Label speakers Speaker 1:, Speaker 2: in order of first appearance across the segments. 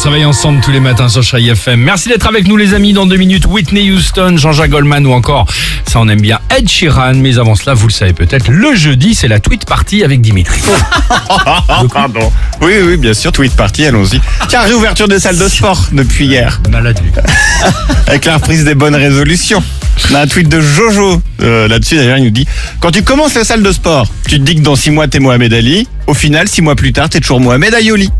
Speaker 1: travaille ensemble tous les matins sur Chérie FM. Merci d'être avec nous les amis. Dans deux minutes, Whitney Houston, Jean-Jacques Goldman ou encore, ça on aime bien, Ed Sheeran. Mais avant cela, vous le savez peut-être, le jeudi, c'est la tweet party avec Dimitri.
Speaker 2: Ah, Pardon. Oui, oui, bien sûr, tweet party, allons-y. Tiens, réouverture des salles de sport depuis hier,
Speaker 1: Malade lui.
Speaker 2: avec la reprise des bonnes résolutions. On a un tweet de Jojo euh, là-dessus, d'ailleurs, il nous dit Quand tu commences la salle de sport, tu te dis que dans 6 mois, t'es Mohamed Ali. Au final, 6 mois plus tard, t'es toujours Mohamed Ayoli.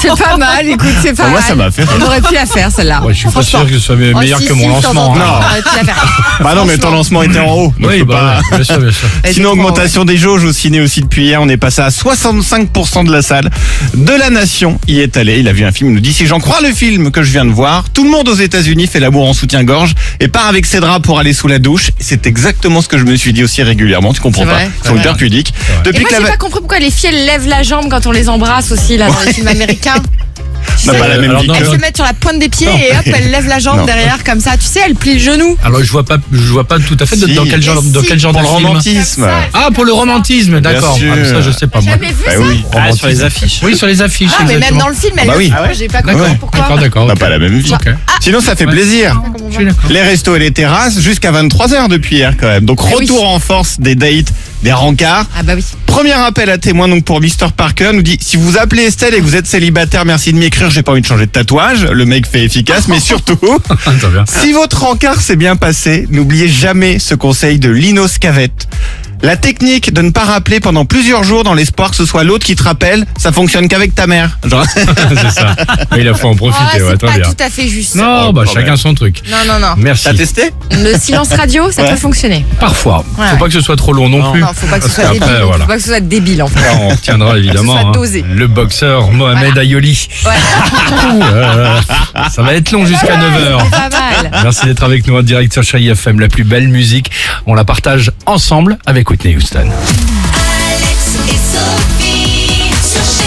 Speaker 3: C'est pas mal, écoute, c'est pas
Speaker 2: Enfin, moi,
Speaker 3: mal.
Speaker 2: ça m'a fait.
Speaker 3: On aurait pu la faire celle-là.
Speaker 1: Ouais, je suis pas sûr que ce soit
Speaker 3: Ah, Oh,
Speaker 1: meilleur
Speaker 3: si,
Speaker 1: que
Speaker 3: si,
Speaker 1: mon
Speaker 3: de temps en
Speaker 1: lancement.
Speaker 3: temps,
Speaker 1: hein.
Speaker 3: on aurait pu la faire.
Speaker 2: Bah non, mais ton lancement était en haut. donc
Speaker 1: Oui,
Speaker 2: faut
Speaker 1: bah,
Speaker 2: pas-
Speaker 1: ouais, bien sûr, bien sûr.
Speaker 2: Sinon,
Speaker 3: Et c'est trois,
Speaker 2: augmentation des jauges au ciné aussi depuis hier. On est passé à 65% de la salle. De la nation y est allé. Il a vu un film. Il nous dit si j'en crois le film que je viens de voir, tout le monde aux États-Unis fait l'amour en soutien-gorge et part avec ses draps pour aller sous la douche. C'est exactement ce que je me suis dit aussi régulièrement. Tu comprends
Speaker 3: C'est
Speaker 2: pas
Speaker 3: vrai,
Speaker 2: Ils sont
Speaker 3: c'est
Speaker 2: hyper pudiques.
Speaker 3: Et
Speaker 2: Depuis
Speaker 3: moi,
Speaker 2: que la
Speaker 3: j'ai
Speaker 2: va-
Speaker 3: pas compris pourquoi les filles elles lèvent la jambe quand on les embrasse aussi là dans les films américains. Tu
Speaker 2: On n'a
Speaker 3: sais,
Speaker 2: Bah, pas la
Speaker 1: Euh,
Speaker 2: même
Speaker 1: alors,
Speaker 2: vie
Speaker 1: non,
Speaker 2: que-
Speaker 3: elles se mettent sur la pointe des pieds et hop, elles lèvent la jambe
Speaker 2: Non.
Speaker 3: derrière comme ça. Tu sais, elles plient le genou.
Speaker 1: Alors je vois pas, je vois pas tout à fait de-
Speaker 2: Si.
Speaker 1: dans quel genre,
Speaker 3: Mais
Speaker 1: dans
Speaker 3: si,
Speaker 1: quel genre
Speaker 2: Pour
Speaker 1: de
Speaker 2: le
Speaker 1: film.
Speaker 2: romantisme.
Speaker 1: Ah pour le romantisme, d'accord.
Speaker 2: sûr.
Speaker 1: Ah, mais ça je sais pas moi.
Speaker 3: Jamais vu
Speaker 2: Bah
Speaker 3: ça.
Speaker 2: oui.
Speaker 1: Ah, sur les affiches. Oui, sur les affiches.
Speaker 3: Ah, mais même
Speaker 1: exactement.
Speaker 3: dans le film,
Speaker 2: Ah
Speaker 3: elles
Speaker 2: bah
Speaker 3: le
Speaker 2: oui.
Speaker 3: font. J'ai pas
Speaker 1: D'accord.
Speaker 3: compris pourquoi. Bah,
Speaker 1: D'accord, d'accord.
Speaker 2: On n'a
Speaker 1: ok.
Speaker 2: Bah, pas la même vie.
Speaker 1: Ok.
Speaker 3: ah.
Speaker 2: Sinon, ça fait plaisir.
Speaker 1: Je suis d'accord.
Speaker 2: Les restos et les terrasses jusqu'à 23h depuis hier quand même. Donc
Speaker 3: Eh oui.
Speaker 2: retour en force des dates, des rencarts.
Speaker 3: Ah bah oui.
Speaker 2: Premier appel à témoin donc pour Mister Parker nous dit si vous appelez Estelle et que vous êtes célibataire, merci de m'écrire, j'ai pas envie de changer de tatouage. Le mec fait efficace, mais surtout,
Speaker 1: Ah, ça va.
Speaker 2: si votre encart s'est bien passé, n'oubliez jamais ce conseil de Lino Scavette. La technique de ne pas rappeler pendant plusieurs jours dans l'espoir que ce soit l'autre qui te rappelle, ça fonctionne qu'avec ta mère. Genre,
Speaker 1: C'est ça. Mais il a faut en
Speaker 3: Ah,
Speaker 1: profiter, ouais,
Speaker 3: c'est
Speaker 1: très
Speaker 3: pas
Speaker 1: bien.
Speaker 3: tout à fait juste.
Speaker 1: Non,
Speaker 2: Oh,
Speaker 1: bah
Speaker 2: quand
Speaker 1: chacun
Speaker 2: même.
Speaker 1: son truc.
Speaker 3: Non, non, non.
Speaker 1: Merci.
Speaker 2: t'as testé
Speaker 3: Le silence radio, ça
Speaker 2: Ouais.
Speaker 3: peut fonctionner.
Speaker 1: Parfois.
Speaker 3: Ouais,
Speaker 1: Faut pas
Speaker 3: ouais.
Speaker 1: que ce soit trop long non, plus.
Speaker 3: Non, faut pas que
Speaker 1: Parce
Speaker 3: ce soit
Speaker 1: qu'après,
Speaker 3: débile.
Speaker 1: voilà.
Speaker 3: Faut pas que ce soit débile en fait.
Speaker 1: Là, on retiendra évidemment
Speaker 3: Que ce soit
Speaker 1: hein,
Speaker 3: dosé.
Speaker 1: le boxeur Mohamed Ayoli. Euh, ça va être long jusqu'à 9h.
Speaker 3: C'est pas mal.
Speaker 1: Merci d'être avec nous hein, en direct sur Chérie FM, la plus belle musique. On la partage ensemble avec Whitney Houston.
Speaker 4: Alex et Sophie sur Chérie